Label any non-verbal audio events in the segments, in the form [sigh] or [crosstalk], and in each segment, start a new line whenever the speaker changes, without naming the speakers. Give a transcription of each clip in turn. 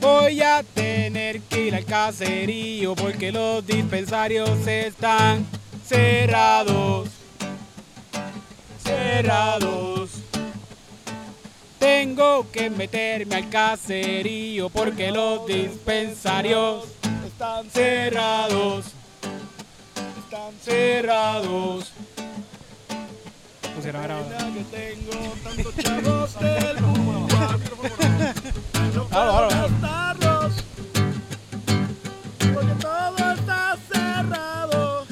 voy a tener que ir al caserío porque los dispensarios están cerrados. Cerrados. Tengo que meterme al caserío porque los dispensarios están cerrados. Están cerrados. Pusieron grabado.
que tengo tantos chavos del mundo. No
Claro,
puedo
claro, claro.
gastarlos. Porque todo está cerrado.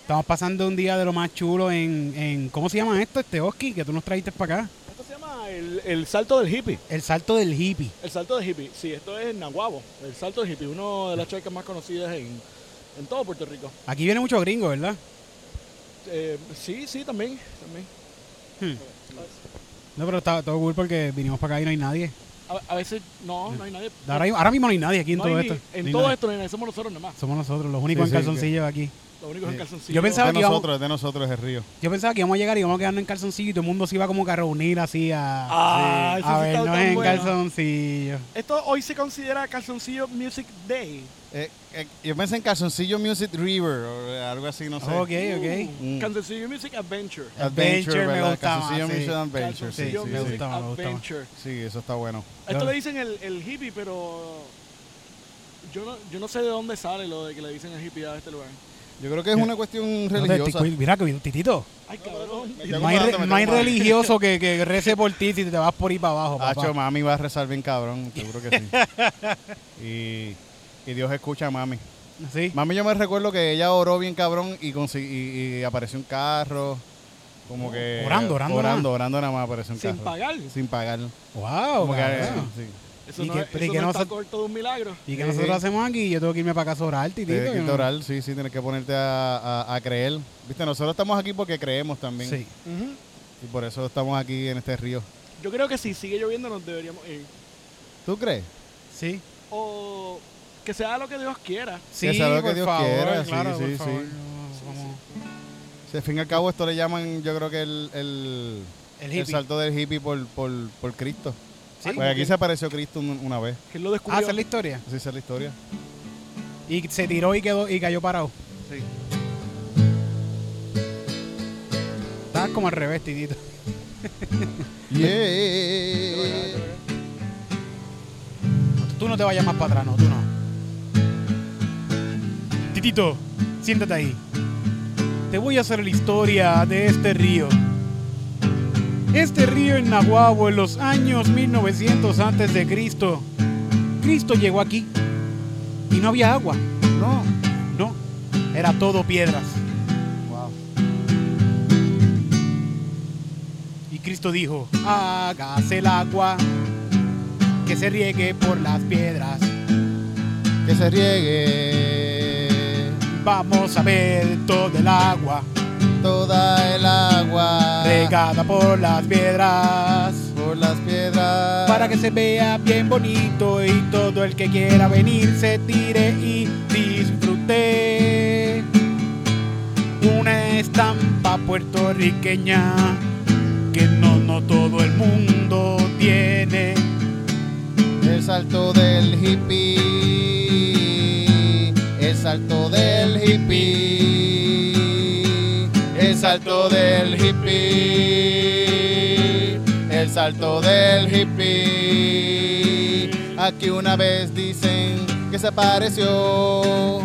Estamos pasando un día de lo más chulo en, en ¿cómo se llama esto? Este Oski que tú nos trajiste para acá.
Esto se llama el, el salto del hippie.
El salto del hippie.
El salto del hippie. Sí, esto es en Nahuabo. El salto del hippie, uno de las charcas más conocidas en, en todo Puerto Rico.
Aquí viene mucho gringo, ¿verdad?
Eh, sí, sí, también. también.
Hmm. No, pero está todo cool porque vinimos para acá y no hay nadie.
A, a veces no, no hay nadie.
Ahora, ahora mismo no hay nadie aquí en
No
todo
hay ni-
esto. No
en
hay
todo
nadie.
esto, nena, somos nosotros nomás.
Somos nosotros los únicos
Sí,
en
sí,
calzoncillos aquí.
Lo único es el
Sí.
calzoncillo.
Yo pensaba-
de
que íbamos-
nosotros, de nosotros es Río.
Yo pensaba que íbamos a llegar y íbamos a quedarnos en calzoncillos y todo el mundo se iba como que a reunir así a,
Ah, eso
a
sí estaba
vernos
tan
en
bueno.
calzoncillos.
Esto hoy se considera calzoncillo Music Day.
Eh, eh, yo pensé en Calzoncillo Music River o algo así, no sé.
Ok, ok.
Mm.
Uh, Calzoncillo Music Adventure.
Adventure me
¿verdad?
gustaba,
Calzoncillo
sí.
Music Adventure, sí,
Calzoncillo
sí,
me
sí.
Music
gustaba, me gustaba.
Adventure.
Sí, eso está bueno.
Esto
Yo-
le dicen el, el hippie, pero yo no, yo no sé de dónde sale lo de que le dicen el hippie a este lugar.
Yo creo que es una cuestión
No te-
religiosa.
ti- mira, que titito.
Ay, cabrón.
Me
No hay, re-
tengo un
no hay
dato.
religioso que, que rece por ti si te vas por ahí para abajo. papá.
Hacho, mami va a rezar bien cabrón, seguro que
[laughs]
sí. y, y Dios escucha a mami.
Sí.
Mami, yo me recuerdo que ella oró bien cabrón y, consi- y, y apareció un carro. Como que.
Orando, orando nada
Orando,
más.
orando nada
[laughs]
más apareció un
Sin
carro.
pagar.
Sin pagar.
Wow.
Como que, eh,
cabrón.
sí.
Eso
Y
no,
que-
es-
pero y
eso
que
no
no
está
se-
corto de un milagro.
¿Y qué
Sí,
nosotros
sí.
hacemos aquí? Yo tengo que irme para casa a orar, titito.
Tienes que
yo no-
orar, eh, sí, sí, tienes que ponerte a, a- a creer. Viste, nosotros estamos aquí porque creemos también.
Sí.
Ujú.
Y por eso estamos aquí en este río.
Yo creo que si sigue lloviendo nos deberíamos ir.
¿Tú crees?
Sí.
O que sea lo que Dios quiera.
Sí,
sea lo que
por
Dios
favor,
quiera, sí,
claro,
sí,
por
sí.
favor, no, como-
Si al fin y al cabo esto le llaman, yo creo que el, el,
El
el
hippie.
salto del hippie por, por, por Cristo.
Sí.
Pues aquí se apareció Cristo un- una vez.
Que él lo
Ah,
descubrió.
esa es la historia.
Así es la historia.
Y se tiró y quedó y cayó parado.
Sí.
Estabas como al revés, titito.
Eh,
Yeah.
Tú no te vayas más para atrás, no, tú no. Titito, siéntate ahí. Te voy a hacer la historia de este río. Este río en Nahuabo en los años 1900 antes de Cristo. Cristo llegó aquí y no había agua,
No.
no, era todo piedras.
Wow.
Y Cristo dijo, hágase el agua que se riegue por las piedras.
Que se riegue
Vamos a ver todo el agua
toda el agua
regada por las piedras.
por las piedras.
Para que se vea bien bonito y todo el que quiera venir se tire y disfrute. Una estampa puertorriqueña que no, no todo el mundo tiene.
El salto del hippie. El salto del hippie. El salto del hippie. El salto del hippie. Aquí una vez dicen que se apareció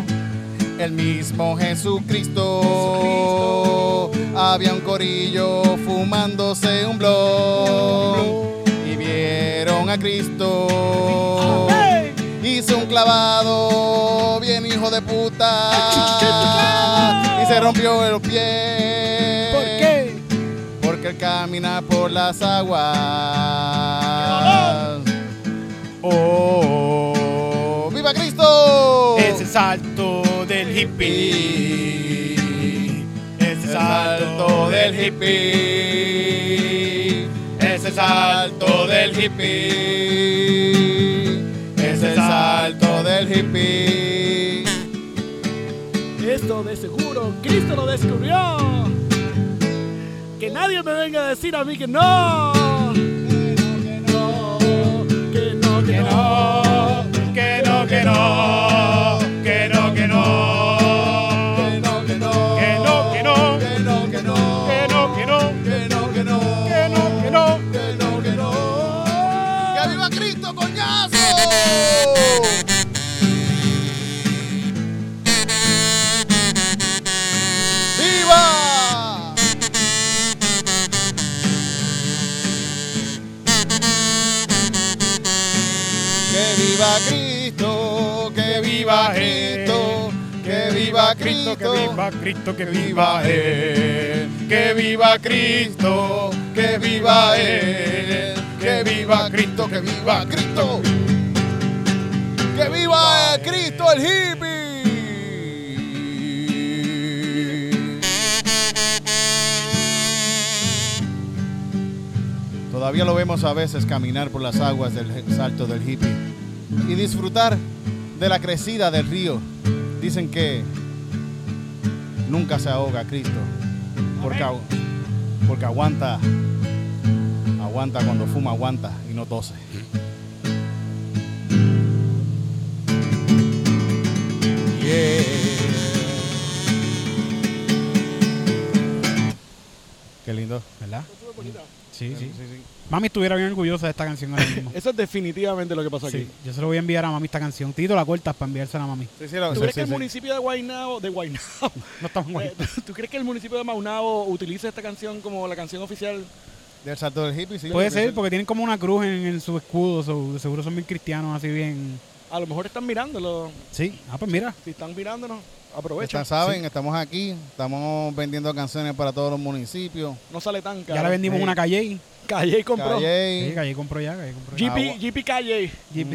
el mismo Jesucristo. Había un corillo fumándose un blog y vieron a Cristo. Hizo un clavado, bien hijo de puta. Y se rompió el pie.
¿Por qué?
Porque él camina por las aguas.
Oh,
¡Oh, ¡Viva Cristo!
es el salto del hippie. Es el
el salto del hippie. Es el salto del hippie. Es el salto del hippie.
Esto de seguro Cristo lo descubrió. Que nadie me venga a decir a mí que no. Que no, que no. Que no, que no.
Cristo, que
Cristo.
viva Cristo, que
Que
viva
viva Él, que viva Cristo, que viva Él, que viva Cristo, que viva Cristo, que viva eh, Cristo el hippie. Todavía lo vemos a veces caminar por las aguas del salto del hippie y disfrutar de la crecida del río. Dicen que nunca se ahoga Cristo. Porque, agu- porque aguanta, aguanta cuando fuma, aguanta y no tose. Yeah. Qué lindo, ¿verdad?
Sí, sí. Mami estuviera bien orgullosa de esta canción ahora [laughs] mismo.
Eso es definitivamente lo que pasó aquí.
Sí, yo se lo voy a enviar a mami esta canción. Tito la cortas para enviársela a mami.
Sí, sí, la-
¿Tú
sí,
crees
sí,
que el
sí.
municipio de Guaynabo, de Guaynabo, [laughs]
No estamos
eh,
guayitos.
¿tú crees que el municipio de Maunabo utiliza esta canción como la canción oficial?
Del salto del hippie,
Puede
sí. yo creo que
ser,
sí.
porque tienen como una cruz en, en su escudo. so- de seguro son bien cristianos, así bien.
A lo mejor están mirándolo.
Sí, ah, pues mira.
Si están mirándonos, aprovecha.
Ya saben, estamos aquí, estamos vendiendo canciones para todos los municipios.
No sale tan caro.
Ya le vendimos
sí.
una Calle.
Calle y compró.
Sí,
Calle,
Calle compró ya, Calle compró ya.
Agua.
GP, GP [laughs] Calle.
Jeep.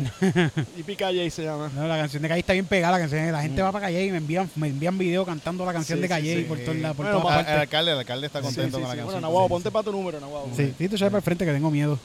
GP Calle se llama.
No, la canción de Calle está bien pegada. La, canción, la gente va para Calle y me envían, me envían video cantando la canción
Mm.
de
Sí, sí,
Calle
sí.
por, toda la- por
Bueno,
todas
Ah, el
partes.
alcalde, el alcalde está contento
Sí, sí,
con
sí.
la
Bueno,
canción.
Nahuabo, ponte para tu número, Nahuabo.
eh,
Sí, Tito, ya para el frente que tengo
[laughs]
miedo.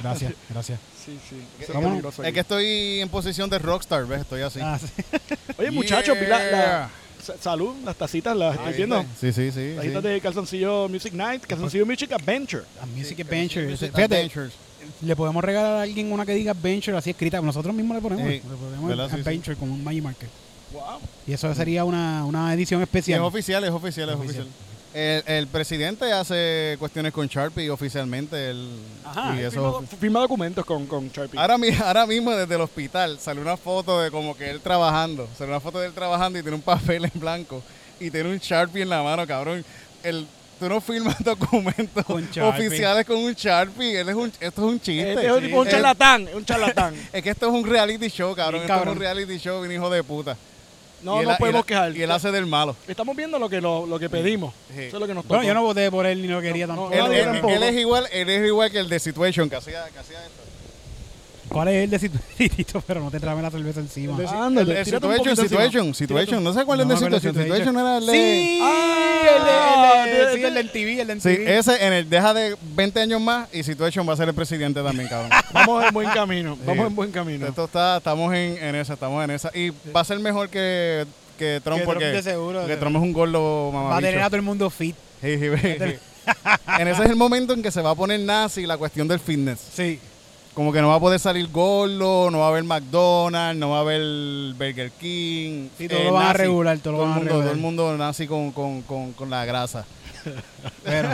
Gracias, gracias.
Sí, sí.
Que-
Eso es
Vámonos.
peligroso
Es
aquí.
que estoy en posición de rockstar, ¿ves? Estoy así.
Ah, sí.
[laughs]
Oye, muchachos, vi la- la- sa- salud, las tacitas, las estoy viendo.
Sí, sí, sí.
Las
sí.
tacitas de Calzoncillo Music Night, Calzoncillo Music Adventure.
A Music
Sí,
Adventure.
sí,
Fíjate,
Adventures.
le podemos regalar a alguien una que diga Adventure así escrita. Nosotros mismos le ponemos.
Sí,
le ponemos
¿verdad? Sí, sí.
Adventure con un Magic Marker.
Wow.
Y eso sería una, una edición
Sí, es
especial.
oficial, es oficial, es
Oficial.
oficial. El, el presidente hace cuestiones con Sharpie oficialmente. el-
Ajá,
y
él
eso- Ah,
Firma, firma documentos con, con Sharpie.
ahora, mi- ahora mismo desde el hospital sale una foto de como que él trabajando. Sale una foto de él trabajando y tiene un papel en blanco. Y tiene un Sharpie en la mano, cabrón. El, tú no firmas [laughs] documentos
Con Sharpie.
oficiales con un Sharpie. Él es un, esto es un chiste.
Este es un tipo un
Eh,
charlatán,
[laughs]
es un charlatán.
Es que esto es un reality show, cabrón.
Sí,
Esto es
cabrón.
un reality show, bien hijo de puta.
No
Y él-
nos
y
podemos
él-
quejar.
Y él hace del malo.
Estamos viendo lo que, lo, lo que pedimos.
Sí.
Eso es lo que nos
Bueno,
tocó.
yo no voté por él ni lo quería
Pues No, no,
tampoco.
yo
Él, él-
tampoco.
él es igual, él es igual que el de Situation que hacía, que hacía esto.
¿Cuál es el de Tito? [laughs] Pero no te trame la cerveza encima.
de-
Ah, El,
Ándale,
el
tírate un
Situation,
poquito encima.
Situation, Situation. No sé cuál es
No
el de
me acuerdo
Situation.
si te he dicho.
Situation era el de.
Sí,
Ah,
el de- el de-
de-
sí, [laughs] el del TV, el del
Sí,
TV.
ese en el deja de 20 años más y Situation va a ser el presidente también,
[laughs]
cabrón.
Vamos en buen camino. Vamos
Sí.
en buen camino.
Esto está, estamos en, en esa, estamos en esa. Y va a ser mejor que, que Trump
Que Trump
porque,
de seguro,
porque
de-
Trump es un
Va a
gordo
tener a
mamabicho.
todo el mundo fit.
Sí, sí, sí. [laughs] en ese es el momento en que se va a poner nazi la cuestión del fitness.
Sí.
Como que no va a poder salir gordo, no va a haber McDonald's, no va a haber Burger King. eh,
Sí, todo lo van a
nazi.
regular, todo lo
el
van a
mundo, todo el
regular.
mundo nazi con, con, con, con la grasa.
Pero.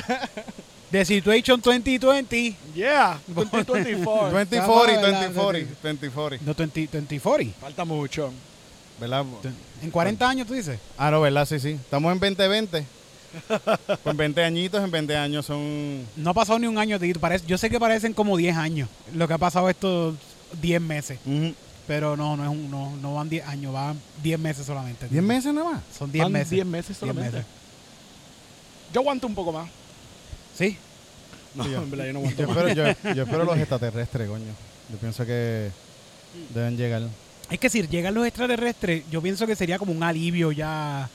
The Situation 2020.
[laughs] Yeah, 2024.
2040,
¿verdad?
2040, 2040.
No, 20, 2040.
Falta mucho.
¿Verdad?
En 40 años tú dices.
Ah, no, ¿verdad? Sí, sí. Estamos en 2020. Con 20 añitos, en 20 años son...
No ha pasado ni un año, Tito. Parece, yo sé que parecen como 10 años lo que ha pasado estos 10 meses.
Ujú.
Pero no, no, es un, no, no van 10 años, van 10 meses solamente. Tito.
10 meses nada más.
Son 10
Van
meses.
10 meses
10
solamente. Yo aguanto un poco más.
Sí.
No,
Sí, ya.
en verdad, [laughs] yo no
Yo
aguanto más.
espero, yo- yo espero los extraterrestres, coño. Yo pienso que deben llegar.
Es que si llegan los extraterrestres, yo pienso que sería como un alivio ya.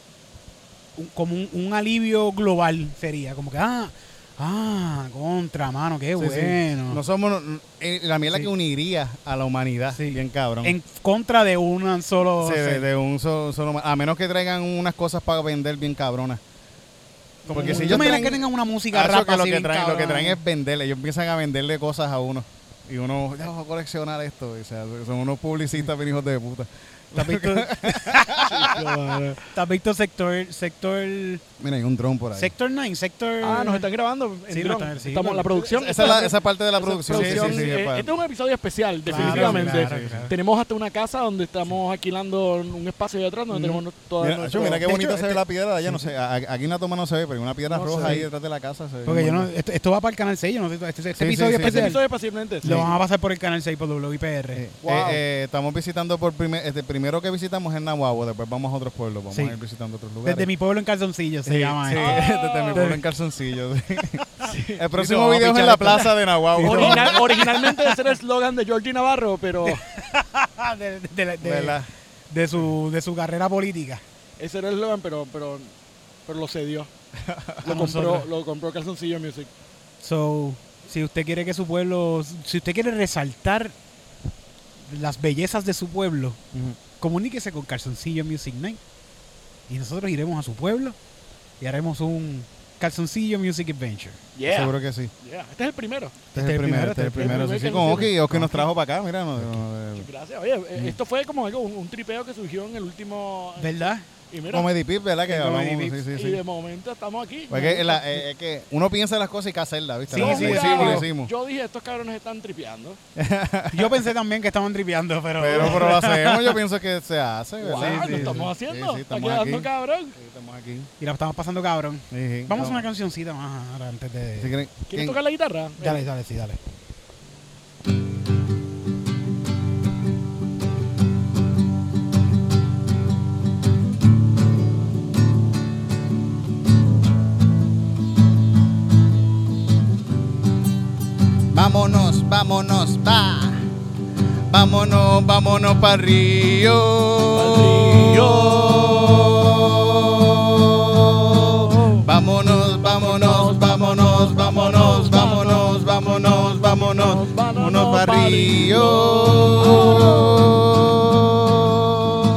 un- como un, un alivio global sería. Como que, ah, ah, contra, mano, qué
Sí, sí.
bueno.
No somos eh, la mierda
Sí.
que uniría a la humanidad.
Sí.
Bien cabrón.
En contra de un solo.
Sí, de,
ser.
de un solo, solo ma- A menos que traigan unas cosas para vender bien cabronas. Porque
Como-
si
¿Tú
ellos
imaginas
traen-
que tengan una música
Ah, eso
rap
que lo,
así
que
bien
traen, lo que
cabrona? [laughs]
traen es venderle. Ellos empiezan a venderle cosas a uno. Y uno, ya voy a coleccionar esto. O sea, son unos publicistas bien hijos de puta.
¿Te has visto, te has visto sector, sector,
Mira, hay un dron por ahí.
sector 9, sector...
Ah, nos están grabando. en
Sí, nos
dron.
están- sí,
Estamos en la
nos-
producción.
esa, es la- esa parte de la producción. Sí, sí,
producción,
sí, pues.
eh,
es para-
este es un episodio especial,
Claro,
definitivamente.
claro, claro.
Tenemos hasta una casa donde estamos alquilando un espacio de atrás donde tenemos no- toda
Mira,
nuestra-
Nacho, mira qué
De
bonita
hecho, este-
se ve la piedra de allá, no sé, a- a- aquí en la toma no se ve, pero hay una piedra
No
roja
sé.
ahí detrás de la casa. se ve
Porque yo
bien
no, este,
bonita.
esto, esto va para el canal 6, yo no sé, este, este
Sí,
episodio
sí, sí,
Este
especial
episodio pacientemente.
lo van a pasar por el canal 6 por WIPR.
Eh,
Wow.
eh, eh, estamos visitando por primer, este, primero que visitamos es Nahuabo, después vamos a otros pueblos, vamos
Sí.
a ir visitando otros lugares.
Desde mi pueblo en calzoncillo se
Sí,
llama
sí,
eso. Oh.
[laughs] desde mi pueblo
[laughs]
en calzoncillos. sí. El próximo
vamos a
video es en
pichar
la
esto.
plaza de Nahuabo.
Original- originalmente ese era el eslogan de Georgie Navarro, pero
Ah, de, de- de- de-
¿Verdad?
de su, de su carrera política.
ese era el eslogan, pero, pero, pero lo
[laughs]
cedió. Lo compró,
nosotros.
lo compró Calzoncillo Music.
So, si usted quiere que su pueblo, si usted quiere resaltar las bellezas de su pueblo, comuníquese con Calzoncillo Music Night y nosotros iremos a su pueblo y haremos un Calzoncillo Music Adventure.
Yeah.
Seguro que sí.
yeah. Este es el primero.
Este es el primero, este es el primero. Sí, sí, con Oki, Oki nos trajo para acá, mira. no- no- eh,
Gracias. Oye, eh, esto fue como algo, un, un tripeo que surgió en el último.
¿Verdad?
Y mira,
Comedy Pip, ¿verdad? Que
Sí,
hablamos,
Comedy
sí,
Pip.
sí,
y
sí.
de momento estamos aquí.
Porque es la- eh, es que uno piensa las cosas y hay que hacerlas, ¿viste?
Sí,
Lo
No,
sí,
hicimos,
cuidado.
lo hicimos.
Yo dije, estos cabrones están tripeando.
Yo pensé también que estaban tripeando, pero,
Pero, pero lo hacemos, yo pienso que se hace,
Wow,
¿verdad?
lo estamos
Sí,
haciendo.
sí,
está
estamos
quedando
aquí.
cabrón.
Sí, estamos aquí.
y la estamos pasando cabrón.
Sí, sí,
Vamos a
estamos-
una cancioncita más ahora antes de.
Si quieren-
¿Quieres
¿quién-
tocar la guitarra?
Dale, dale, sí, [laughs] dale.
Vámonos, vámonos, va. Vámonos, vámonos para río.
Pa'l
Vámonos, vámonos, vámonos, vámonos, vámonos, vámonos, vámonos, vámonos para río.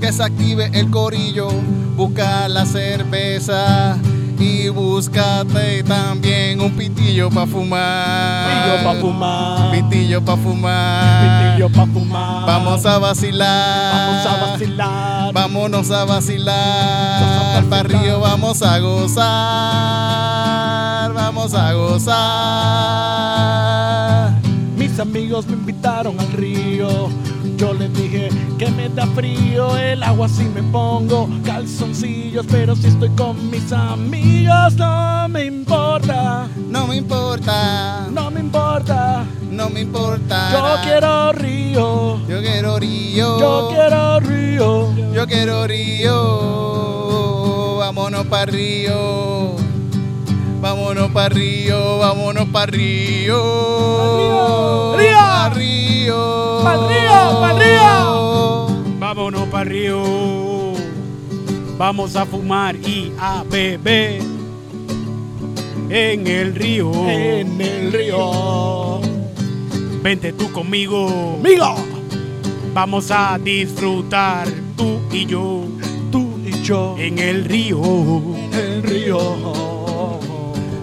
Que se active el corillo, busca la cerveza y búscate también un pitillo para fumar.
Pitillo pa' fumar.
Pitillo pa' fumar.
Pitillo pa' fumar.
Vamos a vacilar.
Vamos a vacilar.
Vámonos a vacilar, para río vamos a gozar, vamos a gozar.
Mis amigos me invitaron al río. Yo les dije que me da frío el agua si me pongo calzoncillos, pero si estoy con mis amigos no me importa,
No me importa,
no me importa.
no me importa.
Yo quiero río,
yo quiero río,
yo quiero río.
yo quiero río. Vámonos para río, vámonos para río, vámonos para río,
Río.
Pa' río,
Pa' río, pa' río.
Vámonos para Río. Vamos a fumar y a beber en el río.
En el río,
Vente tú conmigo.
amigo,
Vamos a disfrutar tú y yo
tú y yo.
en el río.
En el río.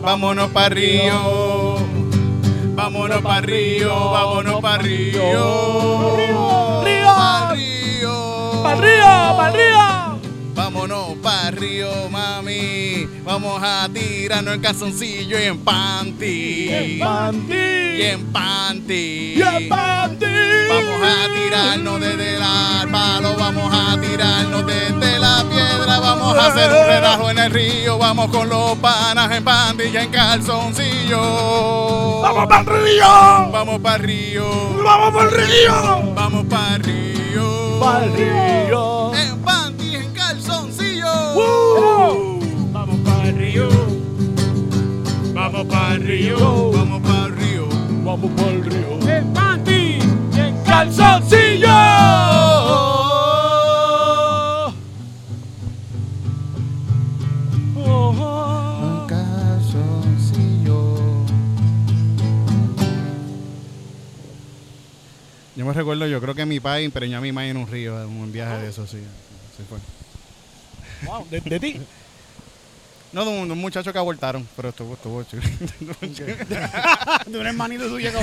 Vámonos para Río. Vámonos para Río, vámonos para Río.
Río, río.
Pa' Río.
¡Pal río! ¡Pal río!
Vámonos para Río, mami. Vamos a tirarnos en calzoncillo y en panty. Y
¡Panty!
en panty.
¡Bien, Panty!
Vamos a tirarnos desde el palo, vamos a tirarnos desde la piedra, vamos a hacer un relajo en el río, vamos con los panas en pandilla, en calzoncillo.
¡Vamos pa'l río!
Vamos para río,
¡Vamos pa'l río!
vamos para río.
¡Pa'l río!
En panty, en calzoncillo.
Vamos para Río. Vamos para Río.
Vamos para río.
¡Vamos pa'l río!
En panty. En
¡Calzoncillo!
Un calzoncillo. Yo me recuerdo, yo creo que mi padre impregnó a mi madre en un río, en un viaje de eso, sí. Sí fue.
Wow, de, de ti.
No, de un, de un muchacho que abortaron, pero estuvo, estuvo chulo.
De un hermanito suyo que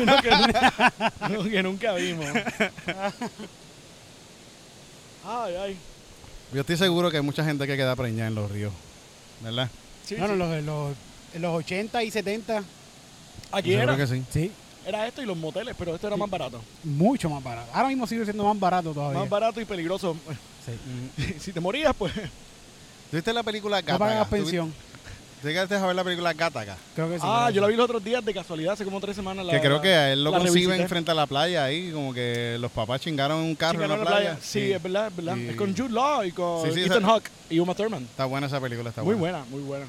Uno que, uno que nunca [laughs] vimos. Ay, ay.
[laughs] Yo estoy seguro que hay mucha gente que queda preñada en los ríos, ¿verdad?
Sí,
No,
sí.
no, los, los, en los 80 y 70.
Aquí
Yo
era,
seguro que sí.
Sí.
era esto y los moteles, pero esto era más barato.
Mucho más barato. Ahora mismo sigue siendo más barato todavía.
Más barato y peligroso.
Sí.
[laughs]
Si te morías, pues.
¿Tuviste la película
No
Gataga?
pagas
¿Tú vi-
pensión.
Llegaste a ver la película Gataca.
Creo que sí.
Ah,
creo
yo la vi los otros días de casualidad, hace como tres semanas. La,
que creo que a él lo
la
consiguen
revisité.
frente a la playa ahí, como que los papás chingaron un carro
Chingaron
en la playa.
Sí, es verdad, es verdad.
Sí.
Es con Jude Law y con
Sí, sí,
Ethan
esa-
Hawke y Uma Thurman.
Está buena esa película, está
muy
buena.
buena. muy buena.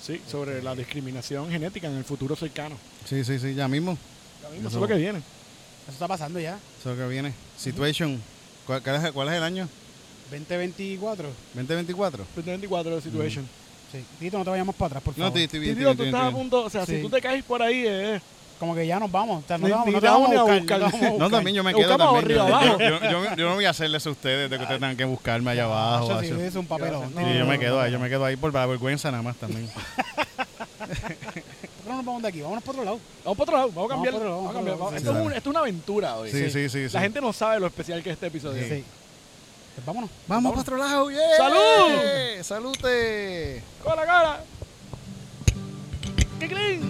Sí, sobre la discriminación genética en el futuro cercano.
Sí, sí, sí, ya mismo.
Ya mismo,
Eso-
Eso es lo que viene.
Eso está pasando ya.
Eso es lo que viene. Situation. ¿Cuál, cuál es, cuál es el año?
2024.
2024.
Pues, 2024 de Situation.
Sí. Tito, no te vayamos para atrás, por
No,
favor.
estoy, estoy bien,
Sí,
estoy
tú
bien,
estás
estoy
a
bien.
punto, o sea,
Sí.
si tú te caes por ahí, eh,
Como que ya nos vamos. O sea, no,
Ni-
te vamos,
ni
no
te
te vamos
vamos
a
ni a
buscar. No
No,
buscar.
te vamos a buscar.
también yo me
Lo
quedo
buscamos
también. Yo,
arriba, abajo.
yo- yo- yo no voy a hacerles a ustedes de que ustedes tengan que buscarme allá abajo.
Hacho, si
hacho.
es un papelón.
Sí,
No,
Sí, yo
no,
me
no,
quedo
no,
ahí,
no.
yo me quedo ahí por la vergüenza nada más también.
¿Por qué no nos vamos de aquí? Vámonos para otro lado.
vamos para otro lado, vamos a cambiar.
para otro lado,
vamos a
vamos
cambiar.
para otro lado.
Esto,
Sí,
es un-
dale.
esto es una aventura hoy.
Sí, sí, sí. sí.
La gente no sabe lo especial que es este episodio.
Sí. Pues vámonos.
Vamos para otro lado, yeah.
¡Salud!
¡Salute!
¡Cola, cola! ¡Qué clean!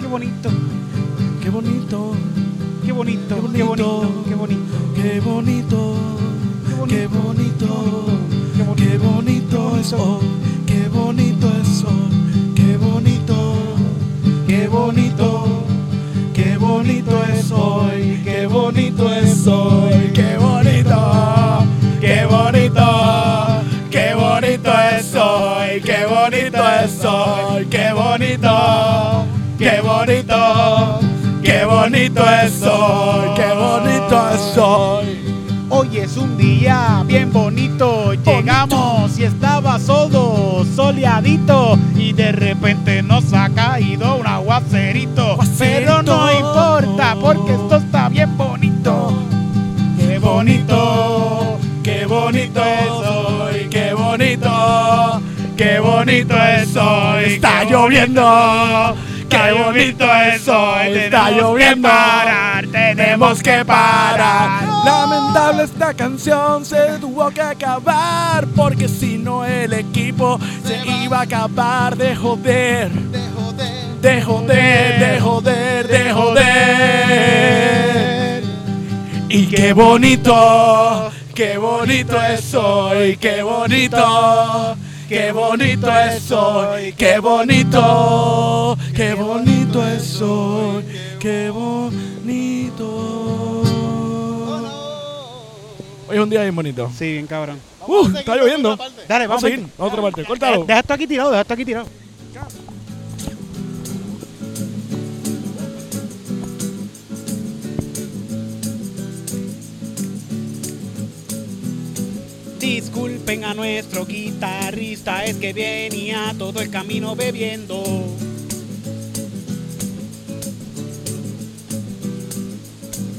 Qué bonito. Qué bonito.
¡Qué bonito!
Qué bonito. Qué bonito. Qué bonito.
¡Qué bonito!
qué
bonito!
Qué bonito.
bonito es hoy! ¡Qué bonito es hoy! ¡Qué bonito! ¡Qué bonito! ¡Qué bonito es hoy! ¡Qué bonito es hoy! ¡Qué bonito! ¡Qué bonito! ¡Qué bonito es hoy! ¡Qué bonito es hoy! ¡Qué bonito! ¡Qué bonito! ¡Qué bonito es hoy! ¡Qué bonito es hoy!
Hoy es un día bien bonito. Llegamos y estaba todo soleadito. Y de repente nos ha caído un aguacerito. Pero no importa porque esto está bien bonito. Qué bonito.
¡Qué bonito es hoy! ¡Qué bonito! ¡Qué bonito es hoy! ¡Está lloviendo! ¡Qué bonito es hoy! ¡Está lloviendo! tenemos que parar. Lamentable esta canción se tuvo que acabar porque si no el equipo se iba a acabar de joder. De joder, de joder, de joder. Y qué bonito, qué bonito es hoy, qué bonito, qué bonito es hoy, qué bonito, qué bonito es hoy, qué bonito. Hoy es un día bien bonito.
Sí, bien cabrón.
Uh, está lloviendo.
Dale,
Vamos a seguir a otra parte. Córtalo.
Deja esto aquí tirado, deja esto aquí tirado. Disculpen a nuestro guitarrista, es que venía todo el camino bebiendo.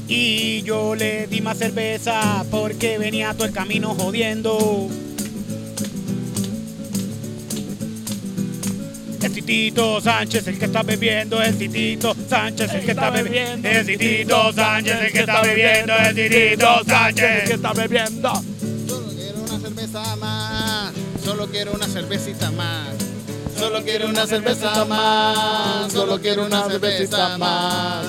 Y yo le di más cerveza porque venía todo el camino jodiendo. Es Titito Sánchez el que está bebiendo, es Titito Sánchez el que está bebiendo, es Titito Sánchez el que está bebiendo, es Titito Sánchez.
que está bebiendo.
Solo quiero una cerveza más. Solo quiero una cervecita más. Solo quiero una cerveza más. Solo quiero una cerveza más.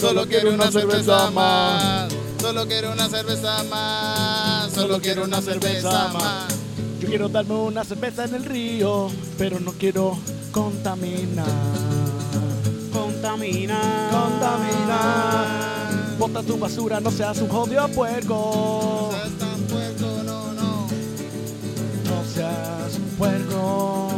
Solo quiero una cerveza más. Solo quiero una cerveza más. Solo quiero una cerveza más. Solo quiero una cerveza más.
Yo quiero darme una cerveza en el río, pero no quiero contaminar.
Contamina,
Contaminar. Bota tu basura, no seas un jodido puerco.
Seas tan puerco, no, no.
No seas un puerco.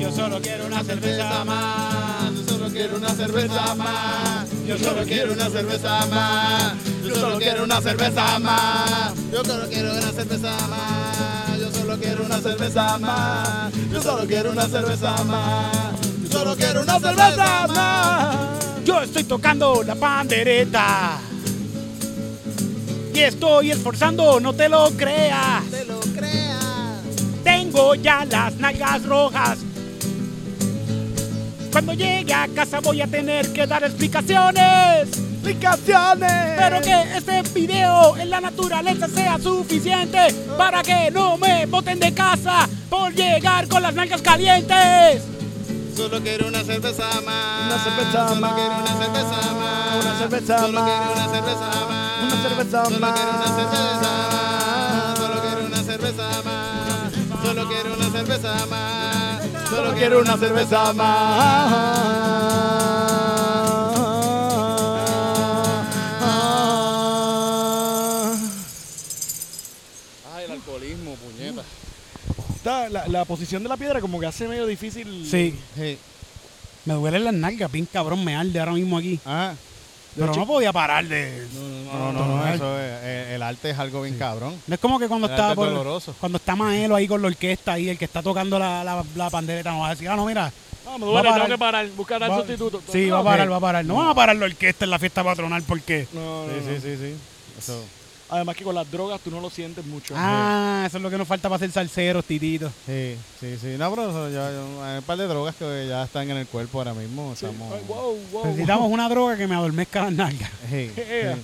Yo solo quiero una cerveza más.
Yo solo quiero una cerveza más. Yo solo quiero una cerveza más. Yo solo quiero una cerveza más. Yo solo quiero una cerveza más. Yo solo quiero una cerveza más. Yo solo quiero una cerveza más. Yo solo quiero una cerveza más.
Yo estoy tocando la pandereta. Y estoy esforzando, no te lo creas.
Te lo creas.
Tengo ya las nalgas rojas. Cuando llegue a casa voy a tener que dar explicaciones.
¡Explicaciones!
Espero que este video en la naturaleza sea suficiente para que no me boten de casa por llegar con las nalgas calientes.
Solo quiero una cerveza más.
Una cerveza
Solo
más.
quiero una cerveza más.
Una cerveza
Solo
más.
quiero una cerveza más.
Una cerveza
Solo quiero una
más.
cerveza. Solo quiero una cerveza más. Solo quiero una cerveza más.
Solo quiero una cerveza más.
Ay, el alcoholismo, puñeta.
Está la, la posición de la piedra como que hace medio difícil.
Sí,
Sí.
me duele las nalgas, bien cabrón, me arde ahora mismo aquí.
Ah.
Pero no podía parar de...
No, no, no, no, eso es, eh, el arte es algo bien cabrón.
No es como que cuando
El
está
arte es doloroso.
cuando está Maelo ahí con la orquesta ahí, el que está tocando la, la, la pandereta, nos va a decir, ah, no, mira,
No, me
Va a
duele,
parar.
tengo que parar. Buscar al
Va-
sustituto.
Sí, va a parar, va a parar. No van a parar la orquesta en la fiesta patronal porque.
No, no,
pues, Sí,
no.
sí, sí, sí. Eso.
Además que con las drogas tú no lo sientes mucho.
Ah, eso es lo que nos falta para ser salseros, tititos.
Sí, sí, sí. No, pero eso ya, ya- hay un par de drogas que ya están en el cuerpo ahora mismo.
Sí.
Estamos.
Ay, wow,
Oh.
wow. [laughs]
Necesitamos una droga que me adormezca las nalgas.
Sí,
Ea. [laughs]
sí.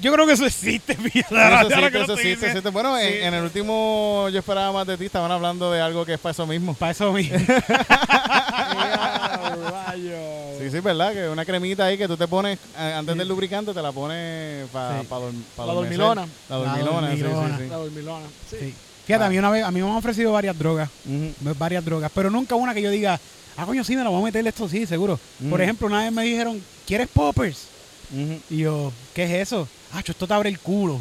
Yo creo que eso existe, [laughs] fíjate. ahora
Eso sí,
que lo
eso
estoy
sí, eso
diciendo.
sí. Bueno, en,
Sí.
en el último yo esperaba más de ti, estaban hablando de algo que es para eso mismo.
Para eso
[laughs]
mismo.
Ea, rayo.
Sí, sí, ¿verdad? Que una cremita ahí que tú te pones, a- antes del lubricante, te la pones para
Sí.
La dormilona.
La dormilona, sí,
dormilona.
sí, sí.
La dormilona. Sí.
Sí. Fíjate, a mí una vez, a mí me han ofrecido varias drogas. Varias drogas. Pero nunca una que yo diga, ah, coño, sí, me la voy a meter esto, sí, seguro. Por
Mm.
ejemplo, una vez me dijeron, ¿quieres poppers?
Ujú.
Y yo, ¿qué es eso? Ah, cho, esto te abre el culo.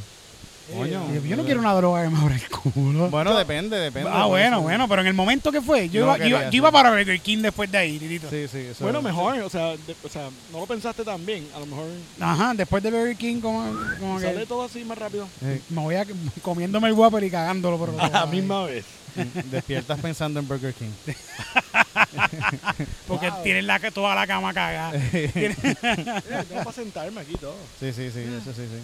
Coño.
Y yo, yo no quiero una droga que me abra el culo.
Bueno, depende, depende. pues,
Ah, bueno, bueno, pero en el momento que fue, yo,
No
iba, yo
quería,
iba- yo
sí.
iba para Burger King después de ahí, Titito.
Sí, sí, eso-
Bueno, mejor, o sea, de- o sea, no lo pensaste tan bien. A lo mejor
Ajá, después de Burger King, como, como
sale
que
todo así más
[laughs]
rápido.
Sí.
me voy a comiéndome el Whopper y cagándolo
[laughs]
por otro lado.
vez.
Mm, Despiertas pensando en Burger King.
Porque
Wow.
tienen la, toda la cama cagada. Tienen-
Tengo para sentarme aquí todo.
Sí, sí, sí,
Ah.
eso sí, sí.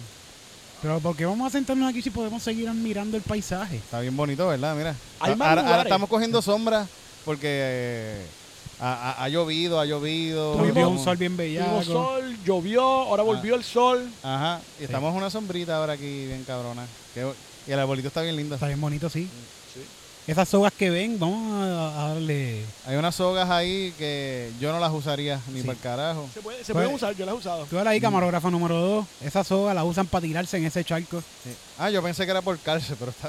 pero ¿por qué vamos a sentarnos aquí si podemos seguir admirando el paisaje?
Está bien bonito, ¿verdad? Mira.
Hay más
ahora, ahora
lugares.
estamos cogiendo sombra porque eh, ha, ha- ha llovido, ha llovido.
Tuvimos
Estamos-
un sol bien
Hubo
bellaco.
sol, llovió, ahora
Ah.
volvió el sol.
Ajá. Y estamos en una sombrita ahora aquí, bien cabrona. Qué- y el arbolito está bien lindo.
Está bien bonito, sí.
Sí.
Esas sogas que ven, vamos a, a darle...
Hay unas sogas ahí que yo no las usaría ni
Sí.
para el carajo.
Se puede, se
Pues-
puede usar, yo la he usado.
Tú
Mm.
eres ahí camarógrafo número 2. Esa soga la usan para tirarse en ese charco.
Sí. Ah, yo pensé que era por cárcel, pero está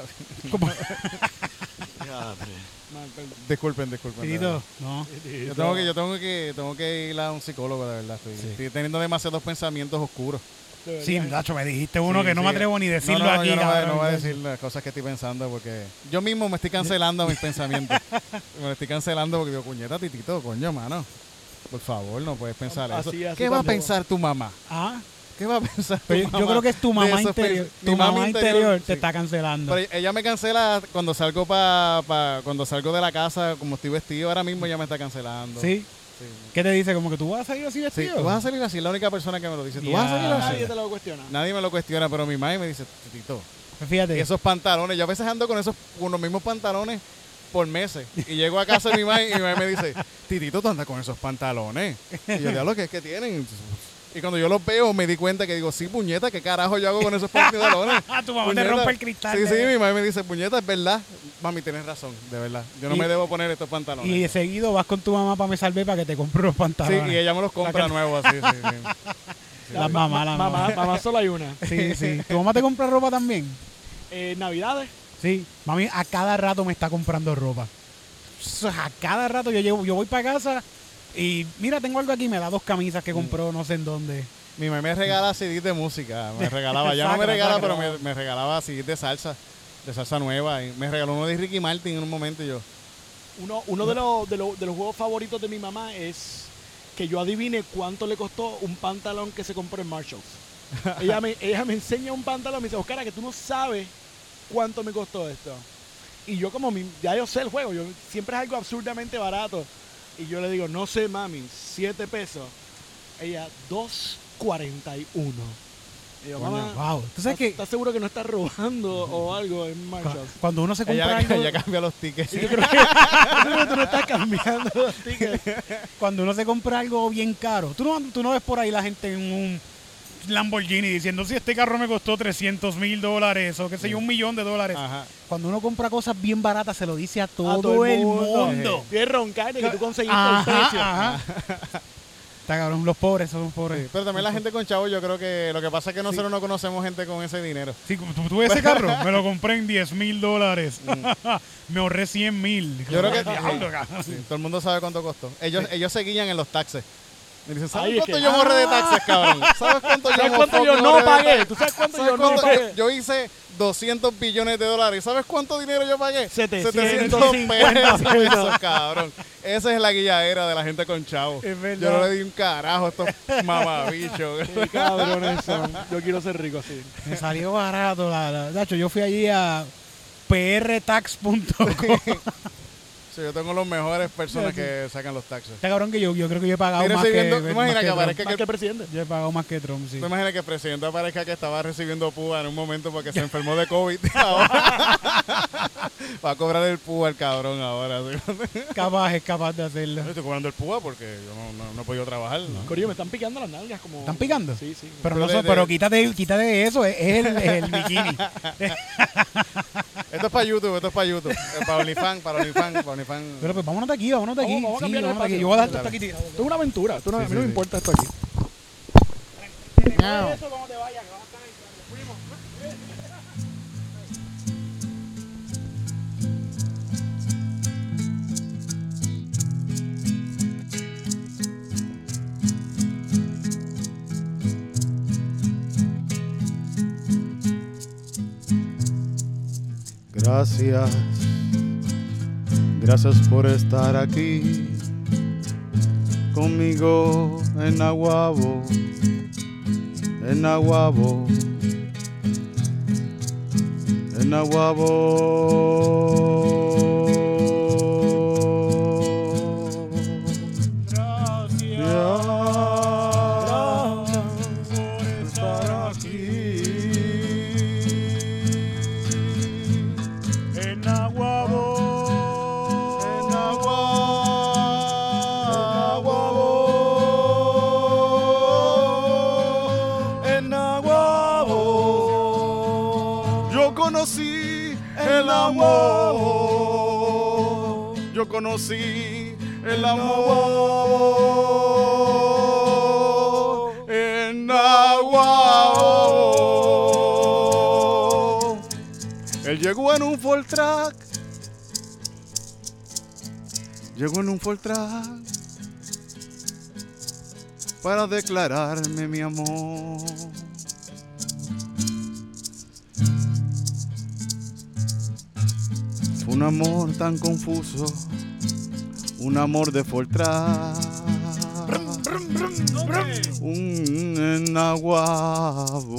[laughs]
bien.
Como-
[laughs] Man, perdón.
Disculpen, disculpen. de verdad.
Titito, no.
Yo tengo que, yo tengo que, tengo que ir a un psicólogo, de verdad. Estoy,
Sí.
estoy teniendo demasiados pensamientos oscuros.
De verdad.
Sí, Nacho, me dijiste uno
Sí,
que no
sí.
me atrevo ni decirlo
No, no,
aquí.
yo no, voy a-
cabrón.
no voy a decir las cosas que estoy pensando porque yo mismo me estoy cancelando
[laughs]
mis pensamientos. Me lo estoy cancelando porque digo, cuñeta, titito, coño, mano. Por favor, no puedes pensar eso.
Así, así
¿Qué va a
tampoco.
pensar tu mamá?
Ah,
¿Qué va a pensar tu
pero yo-
mamá?
yo creo que es tu
de
mamá
esos
interior.
pens-
Tu
Mi
mamá, interior, te
sí.
está cancelando.
Pero ella me cancela cuando salgo pa, pa- cuando salgo de la casa, como estoy vestido ahora mismo, ella me está cancelando.
¿Sí?
Sí.
¿Qué te dice? Como que tú vas a salir así
Sí,
vestido.
tú vas a salir así, es la única persona que me lo dice. Tú vas a salir
Ya.
así.
Nadie te lo cuestiona.
Nadie me lo cuestiona, pero mi madre me dice, titito,
Pues Fíjate.
Y esos pantalones, yo a veces ando con esos con los mismos pantalones por meses. Y llego a casa de mi madre y mi madre me dice, Titito, tú andas con esos pantalones. Y yo, diablo, ¿qué es que tienen? Y cuando yo los veo, me di cuenta que digo, sí, puñeta, ¿qué carajo yo hago con esos pantalones?
[laughs] Ah, tu mamá
Puñeta.
te rompe el cristal.
Sí, sí,
de-
mi madre me dice, puñeta, es verdad. Mami, tienes razón, de verdad. Yo no
Y-
me debo poner estos pantalones.
Y Ah. de seguido vas con tu mamá para me salve para que te compre los
sí,
pantalones.
y ella me los compra nuevos, así, sí, sí.
La mamá, la mamá.
Mamá, mamá solo hay una.
Sí, sí. ¿Tu mamá te compra ropa también?
Eh, Navidades.
Sí. Mami a cada rato me está comprando ropa. Eso es A cada rato yo llevo, yo voy para casa y mira, tengo algo aquí, me da dos camisas que compró no sé en dónde.
Mi mamá me regala CDs de música, me regalaba, ya no me
Sacra,
regala,
sacra.
pero me, me regalaba CDs de salsa, de salsa nueva. Y me regaló uno de Ricky Martin en un momento y yo,
Uno, uno de, los, de, los, de los juegos favoritos de mi mamá es que yo adivine cuánto le costó un pantalón que se compró en Marshalls. ella, me, ella me enseña un pantalón y me dice, Oscar, que tú no sabes cuánto me costó esto. Y yo como mi- ya yo sé el juego, yo, siempre es algo absurdamente barato. Y yo le digo, no sé, mami, 7 pesos. Ella, 2.41. Y yo, mamá,
wow. ¿Tú
¿estás
sabes que
estás seguro que no estás robando o algo en Marshalls?
cuando uno se compra
ella,
algo,
[laughs] ella cambia los tickets.
Yo creo que tú no estás cambiando [laughs] los tickets.
cuando uno se compra algo bien caro, tú no, tú no ves por ahí la gente en un Lamborghini diciendo si este carro me costó 300 mil dólares o qué sé yo, un millón de dólares.
Ajá.
Cuando uno compra cosas bien baratas se lo dice Ah. a todo,
todo
el
el
mundo.
mundo. Tienes roncar de que tú conseguiste el
Ajá, [laughs]
precio.
ajá. Está cabrón, los pobres son los pobres.
Pero también la gente con chavo, yo creo que lo que pasa es que nosotros no conocemos gente con ese dinero.
Sí, como tú, tú ese carro, me lo compré en 10 mil dólares. [laughs] me ahorré 100 mil.
Yo creo que-
Diablo, cabrón.
Sí, Todo el mundo sabe cuánto costó. Ellos, ellos se guían en los taxes. Me dicen, ¿sabes
Ahí es
cuánto
que- ¡Ah!
yo morré de taxes, cabrón? ¿Sabes cuánto yo,
¿Sabes cuánto
fucking
yo no
ahorré de
pagué?
taxes?
¿Tú sabes cuánto
¿Sabes
yo no
cuánto-
pagué?
Yo hice 200 billones de dólares. ¿Y ¿Sabes cuánto dinero yo pagué?
750
700 pesos, [laughs] cabrón. Esa es la guilladera de la gente con chavo.
Es verdad.
Yo no le di un carajo a
[laughs]
estos mamabichos.
Qué cabrones son. Yo quiero ser rico así.
Me salió barato. La, la- Nacho, yo fui allí a prtax.com.
[laughs] Sí, yo tengo los mejores personas que sacan los taxes.
[laughs] Está cabrón que yo, yo creo que yo he pagado
Mira,
más
estoy
que,
viendo-
más
imagina que
Trump.
aparezca-
Más que presidente.
Yo he pagado más que Trump, sí.
Me imagino que el presidente aparezca que estaba recibiendo púa en un momento porque se enfermó de [laughs] COVID. Ahora. Va a cobrar el púa el cabrón ahora. sí.
Capaz, es capaz de hacerlo.
Yo estoy cobrando el púa porque yo no, no, no he podido trabajar. ¿no?
Corillo, me están picando las nalgas como...
¿Están picando?
Sí, sí.
Pero
Pero, no,
de-
so-
de-
pero quítate, quítate eso, es, es el, el bikini.
Esto es para YouTube, esto es para YouTube. Eh, Para OnlyFans, para OnlyFans, para OnlyFans.
Pero pues vámonos de aquí, vámonos de aquí.
Vamos, vamos
sí,
a cambiar el
vámonos de aquí.
espacio.
Yo voy a dejar esto aquí tirado.
Esto es una aventura. Esto no, a mí
sí,
no me
sí.
importa esto aquí.
Miau.
Gracias, gracias por estar aquí conmigo en Aguabo, en Aguabo, en Aguabo. Gracias por estar aquí. En Aguabo, en Aguabo, en Aguabo, yo conocí el amor, yo conocí el amor en Aguabo. Él llegó en un full track. Llegó en un full track. Para declararme mi amor. Fue un amor tan confuso. Un amor de full track. Un enaguabo.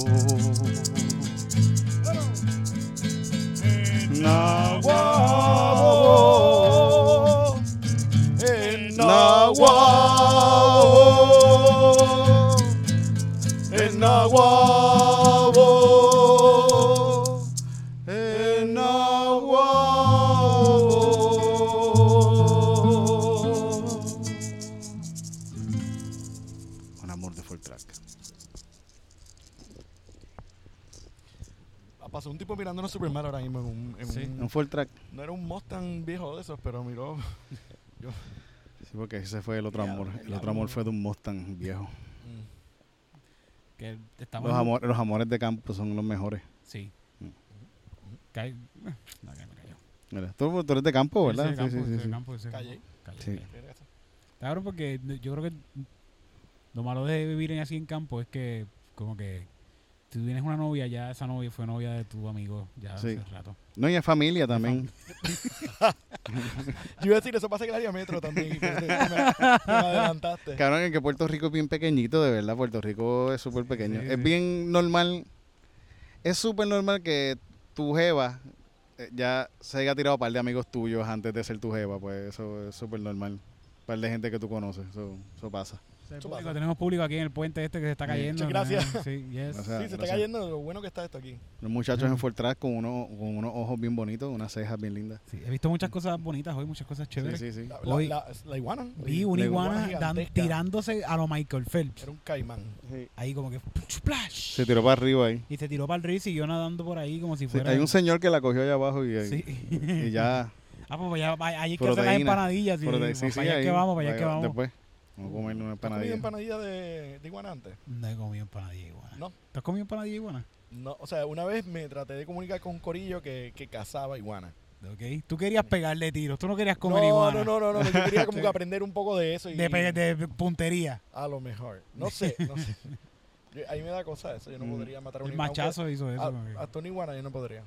Nahuabo, en Nahuabo, en Nahuabo, en Nahuabo. Con amor de full track.
Pasó un tipo mirándonos Superman ahora mismo en un... en un-
Un full track.
No era un Mustang viejo de esos, pero miró...
Sí, porque ese fue el otro amor. El otro amor fue de un Mustang viejo.
Que estamos
Los, amor- los amores de campo son los mejores.
Sí.
Mira, tú, tú eres de campo, Oh, ¿verdad? Sí, sí, sí, sí.
Calle.
Sí.
Claro, porque yo creo que lo malo de vivir en- así en campo es que como que si tú tienes una novia, ya esa novia fue novia de tu amigo ya
Sí.
hace rato.
No, y es familia también.
[laughs] Yo iba a decir, eso pasa en el área metro también. Me, me adelantaste.
Cabrón, es que Puerto Rico es bien pequeñito, de verdad. Puerto Rico es súper pequeño.
Sí,
es
sí.
bien normal. Es súper normal que tu jeva eh, ya se haya tirado a par de amigos tuyos antes de ser tu jeva. Pues eso es súper normal. Un par de gente que tú conoces. Eso, eso pasa.
Hay
Eso
público,
pasa.
tenemos público aquí en el puente este que se está
Sí.
cayendo.
Muchas gracias.
¿no? Sí, yes.
Gracias.
sí, se está cayendo lo bueno que está esto aquí.
Los muchachos en Fortran con, uno, con unos ojos bien bonitos, unas cejas bien lindas.
Sí, he visto muchas cosas bonitas hoy, muchas cosas
Sí,
chéveres.
sí, sí.
La, la-
Hoy-
la- la iguana.
Vi una iguana
Le-
iguana
dan-
gigantesca.
tirándose a lo Michael Phelps.
Era un caimán.
Ahí como que splash.
Se tiró para arriba ahí.
Y se tiró para el río y siguió nadando por ahí como si
Sí,
fuera.
hay un señor que la cogió allá abajo y, eh,
Sí.
y ya.
[laughs] Ah, pues allá, ahí es que hacen las
Proteína.
empanadillas. Sí,
Por ahí-
sí,
sí, sí,
para allá es
ahí.
que vamos, para allá es que
Ahí va,
vamos.
Después. Vamos a comer
¿Tú has
una
comido
empanadilla.
empanadilla de, de iguana antes?
No he comido empanadilla iguana.
No.
¿Te has comido empanadilla iguana?
No, o sea, una vez me traté de comunicar con un corillo que, que cazaba iguana.
Ok. Tú querías pegarle tiros, tú no querías
No,
comer iguana.
no, no, no, no, yo quería
[laughs]
como que aprender un poco de eso y
De, pe- de puntería.
a lo mejor. No sé, no
[laughs]
sé. Yo- ahí me da cosa eso, yo
Mm,
no podría matar a un
El
iguana.
machazo hizo
aunque
eso.
A, a Tony Iguana yo no podría.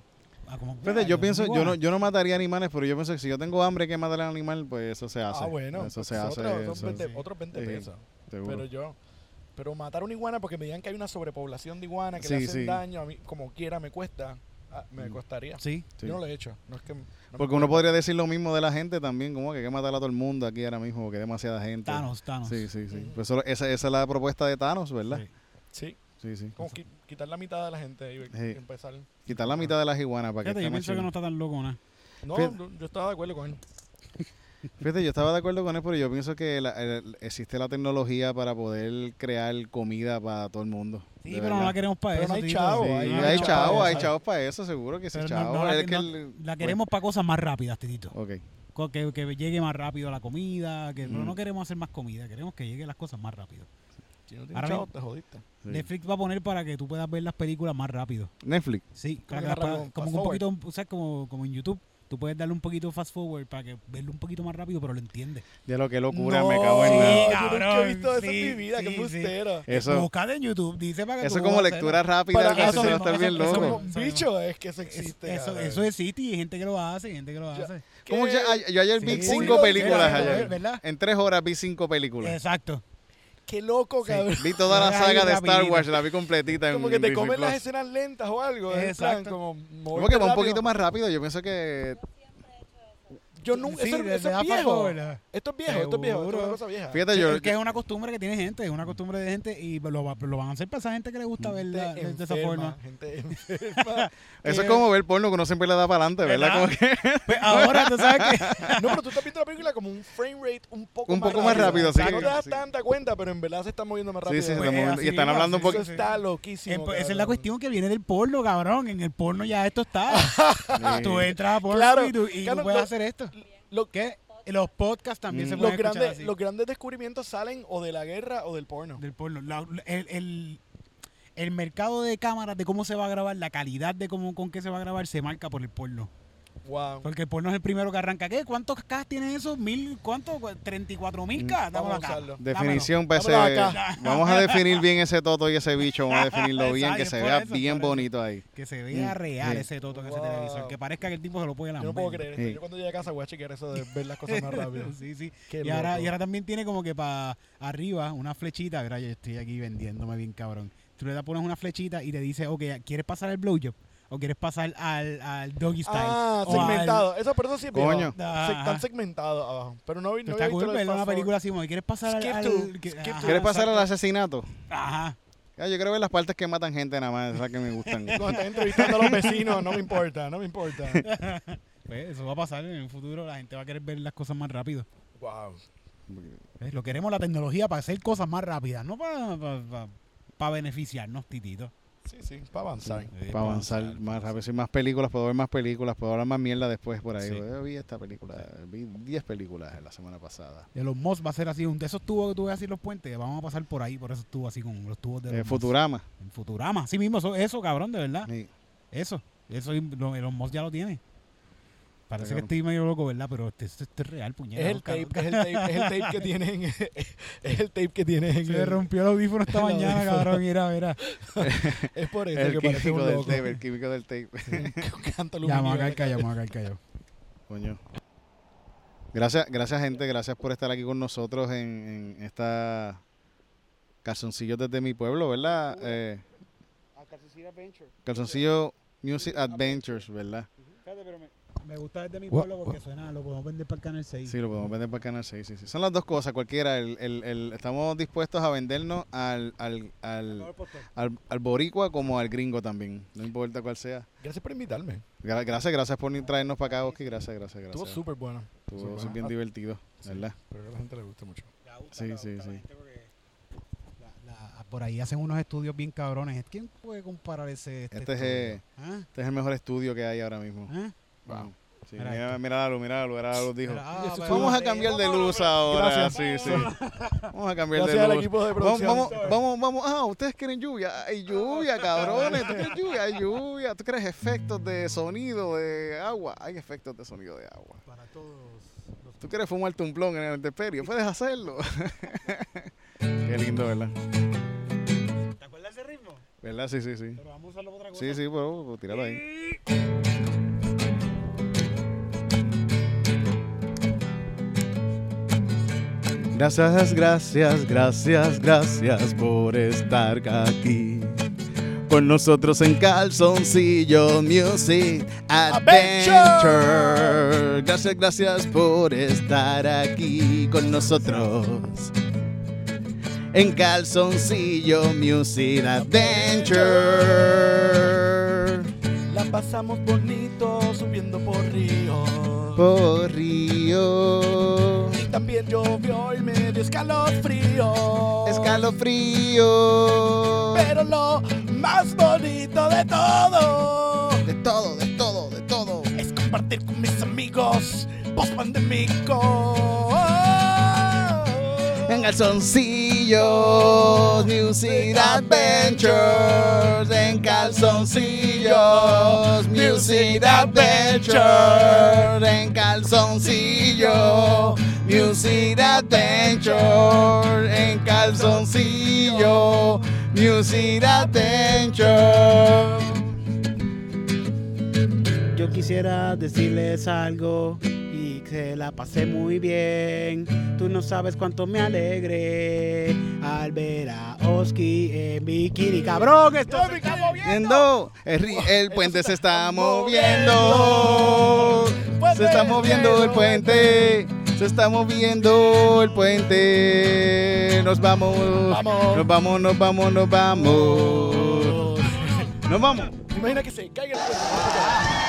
Ah, como-
Fíjate, yo
ah,
pienso, yo no,
iguana.
yo no mataría animales, pero yo pienso que si yo tengo hambre que matar al animal, pues eso se hace.
Ah, bueno.
Eso
pues
se
es
hace.
Otro,
eso
son 20
es
otros 20
Sí,
pesos.
seguro.
Pero yo. Pero matar una iguana porque me digan que hay una sobrepoblación de iguanas que le
Sí,
hacen
sí.
daño, a mí como quiera me cuesta. ah, me
Mm.
costaría.
Sí.
Sí.
Yo no lo he hecho. No es que. no me-
Porque uno podría decir lo mismo de la gente también, como que hay que matar a todo el mundo aquí ahora mismo, porque hay demasiada gente.
Thanos, Thanos.
Sí, sí, sí.
Mm.
Pues eso- esa, esa es la propuesta de Thanos, ¿verdad?
Sí.
Sí,
Sí, sí.
como qui- quitar la mitad de la gente y, y
Sí.
empezar.
Quitar la mitad de las iguanas para que
Fíjate,
esté
yo
más
pienso que
chido.
no está tan loco, ¿no?
No,
Fíjate.
yo- yo estaba de acuerdo con él.
Fíjate, yo estaba de acuerdo con él, pero yo pienso que la- el- existe la tecnología para poder crear comida para todo el mundo.
Sí,
de
pero no la
verdad.
queremos para
Pero
eso.
no hay
Tito.
chavo,
Sí,
Sí,
hay-
no
hay
chavo
chavos,
para
hay
eso.
chavos para eso, seguro que sí,
Pero no-
chavos.
no la-
Es que
no-
el-
La queremos para cosas más rápidas, Titito.
Ok.
Co- Que, que llegue más rápido la comida. que no,
Mm.
no queremos hacer más comida, queremos que lleguen las cosas más rápido.
Si no tienes
Ahora
chavo,
mismo-
te jodiste.
sí.
Netflix va a poner para que tú puedas ver las películas más rápido.
Netflix.
Sí, para
que
que las
agarra
puedas-
con
como
fast
que un poquito, o sea, como, como en YouTube. Tú puedes darle un poquito fast forward para que verlo un poquito más rápido, pero lo entiendes.
Ya lo que locura,
No,
me cago en la...
Sí,
Yo nunca
cabrón,
he visto eso
sí,
en mi vida,
sí,
qué
sí.
bustera.
Eso,
Buscada en YouTube, dice para que
eso
tú
es como
puedas
lectura
hacer-
rápida,
Para-
que así
eso
se va a
mismo,
estar
eso-
bien
eso
loco.
mismo.
Como un bicho, es que eso
Es-
existe.
eso,
cabrón.
eso existe y hay gente que lo hace, y gente que lo
Ya,
hace.
¿Qué?
Como yo, ay- yo ayer vi
Sí,
cinco
sí,
películas
sí,
ayer.
¿verdad?
En tres horas vi cinco películas.
Exacto.
Qué loco,
Sí.
cabrón.
Vi toda
[laughs]
la
Ahí
saga de
rapidito.
Star Wars, la vi completita. en-
Como que te
en
comen
Disney
las
Plus.
escenas lentas o algo. en plan,
Exacto.
como
Como que va un
rápido.
poquito más rápido. Yo pienso que.
Yo nunca.
Sí,
eso,
le-
eso
le da
es
fast
viejo.
forward, ah.
Esto es viejo, esto es viejo. Esto es
Seguro.
una cosa vieja.
Fíjate,
Sí,
yo.
es que es una costumbre que tiene gente, es una costumbre de gente y lo, va- lo van a hacer pasar gente que le gusta ver la- de,
Gente
de esa
enferma,
forma. [laughs]
Gente enferma.
Eso es como ver porno que uno siempre le da para adelante, ¿verdad?
¿Verdad?
Como que
[laughs] Pues ahora, ¿tú
[laughs]
sabes qué?
No, pero tú estás viendo la película como un frame rate un poco
Un
más
poco más rápido,
O sea,
sí.
no te das
Sí.
tanta cuenta, pero en verdad se está moviendo más
Sí,
rápido.
sí, se está
Pues,
moviendo.
así
Y están
mismo,
hablando un
así
poco.
Eso
sí.
está loquísimo.
Eh, pues, esa es la
cabrón.
cuestión que viene del porno, cabrón. En el porno ya esto está.
[laughs] Sí.
Tú entras a porno
Claro,
y tú, y tú
claro,
puedes
lo-
hacer esto.
Lo-
¿Qué? Y Los podcasts también
Mm.
se
los,
pueden escuchar
grandes,
así.
los grandes descubrimientos salen o de la guerra o del porno.
del porno. La- el, el- el mercado de cámaras, de cómo se va a grabar, la calidad de cómo con qué se va a grabar, se marca por el porno.
Wow.
Porque el porno es el primero que arranca. ¿Qué? ¿Cuántos K tiene eso? ¿Mil? ¿Cuánto? ¿34 mil K?
Mm.
Dámoslo
Vamos a
acá.
usarlo.
Definición para ese.
Vámonos acá.
Vamos a definir bien ese toto y ese bicho. Vamos a definirlo bien, que
Exacto,
se
es
vea
por eso,
bien
por eso.
bonito ahí.
Que se vea
Mm.
real
Sí.
ese toto en ese
Wow.
televisor. Que parezca que el tipo se lo puede
Yo
lamber.
no puedo creer esto.
Sí.
Yo cuando llegue a casa voy a chequear eso de ver las cosas más rápido.
[laughs] sí, sí.
Qué
Y ahora,
loco.
y ahora también tiene como que para arriba una flechita. Verá, yo estoy aquí vendiéndome bien cabrón. Tú le das pones una flechita y te dice, ok, ¿quieres pasar al blowjob? ¿O quieres pasar al, al doggy style?
Ah,
O al-
segmentado. Eso, pero eso sí es viejo.
Coño.
Se- Están
Ajá.
segmentados abajo. Pero no, vi-
Tú
no
está
había visto
cool
lo del
ver una
fast forward.
película así, como que quieres pasar al...
Skip
al-
to,
que-
skip to.
ajá,
¿Quieres pasar al
Ah, exacto.
asesinato?
Ajá.
Ah, yo quiero ver las partes que matan gente nada más, esas que me gustan.
Cuando están entrevistando a los vecinos, no me importa, no
[laughs]
me importa.
Pues, eso va a pasar en el futuro. La gente va a querer ver las cosas más rápido.
Wow.
¿Ves? Lo queremos la tecnología para hacer cosas más rápidas, no para, beneficiarnos, titito.
Sí, sí, para avanzar.
Para avanzar más rápido, sí, más películas, puedo ver más películas, puedo hablar más mierda después por ahí.
Sí.
Yo vi esta película, vi 10 películas la semana pasada.
De los Moss va a ser así, un de esos tubos que tú ves así en los puentes, vamos a pasar por ahí, por esos tubos así con los tubos de los
Eh,
Musk.
Futurama.
En Futurama, así mismo, eso, eso, cabrón, de verdad.
Sí.
Eso, eso y lo- los Moss ya lo tiene. Parece que
Cabrón.
estoy medio loco, ¿verdad? Pero este, este- este es real,
Es
puñeta.
el
Oscar.
[laughs]
tape, es el tape, es el tape que tienen. [laughs] Es el tape que
[laughs]
tienen.
Se le rompió [laughs] el audífono esta
El
mañana,
audífono.
cabrón. Mira, mira.
Es por eso
El
que parece
químico
un
del
loco.
tape, el químico del tape.
[laughs] Canto
Llama a
aluminio.
Carca, llama a Carca, yo.
Coño. Gracias, gracias gente, gracias por estar aquí con nosotros en, en esta calzoncillos desde mi pueblo, ¿verdad? Eh, calzoncillo Music Adventures, ¿verdad?
Me gusta desde mi
Gua-
pueblo porque suena, lo podemos vender para el canal 6.
Sí, lo podemos vender para Canal 6, sí, sí. Son las dos cosas, cualquiera. El, el- el- estamos dispuestos a vendernos al, al, al, al- al boricua como al gringo también, no importa cuál sea.
Gracias por invitarme.
Gra- Gracias, gracias por traernos para acá, Oski. Gracias, gracias,
Estuvo
gracias.
súper bueno.
Estuvo
súper.
bien divertido, ¿verdad?
Pero a la gente le gusta mucho.
Sí, sí, sí.
por ahí hacen unos estudios bien cabrones. ¿Quién puede comparar ese?
Este es, eh,
estudio? ¿Ah?
Este es el mejor estudio que hay ahora mismo.
¿Ah?
Wow. Sí,
Mira
mira, mira la luz, mira la luz, era la luz dijo.
Pero, ah,
Eso
pero-
Vamos a cambiar de luz ahora.
Gracias.
Sí, sí. Vamos a cambiar
Gracias
de
al
luz.
equipo de
Vamos,
producción.
vamos, vamos, vamos. Ah, ustedes quieren lluvia. Hay lluvia, cabrones. ¿Tú quieres lluvia? Hay lluvia. ¿Tú crees efectos de sonido de agua? Hay efectos de sonido de agua.
Para todos. los-
¿Tú quieres fumarte un plón en el intemperio? Puedes
[laughs]
hacerlo. Qué lindo, ¿verdad?
¿Te acuerdas de ese ritmo?
¿Verdad? Sí, sí, sí.
Pero vamos a usarlo otra cosa.
Sí, sí, pero pues, tíralo ahí.
Gracias, gracias, gracias, gracias por estar aquí. Con nosotros en Calzoncillo Music Adventure. Gracias, gracias por estar aquí con nosotros. En Calzoncillo Music Adventure.
La pasamos bonito subiendo por ríos.
Por Río.
Y también llovió y me dio escalofrío.
Escalofrío.
Pero lo más bonito de todo
De todo, de todo, de todo.
es compartir con mis amigos post pandémico.
En calzoncillos, Music Adventures. En calzoncillos, Music Adventures. En calzoncillo, Music Adventures. En calzoncillo, Music Adventures.
Yo quisiera decirles algo y que la pasé muy bien. Tú no sabes cuánto me alegré al ver a Oski en bikini. ¡Cabrón, esto se está moviendo!
Moviendo. El, ri- el puente se está moviendo. Se está moviendo el puente. Se está moviendo el puente. Nos vamos.
Vamos.
Nos vamos, nos vamos, nos vamos. Nos vamos.
Imagina que se caiga el puente.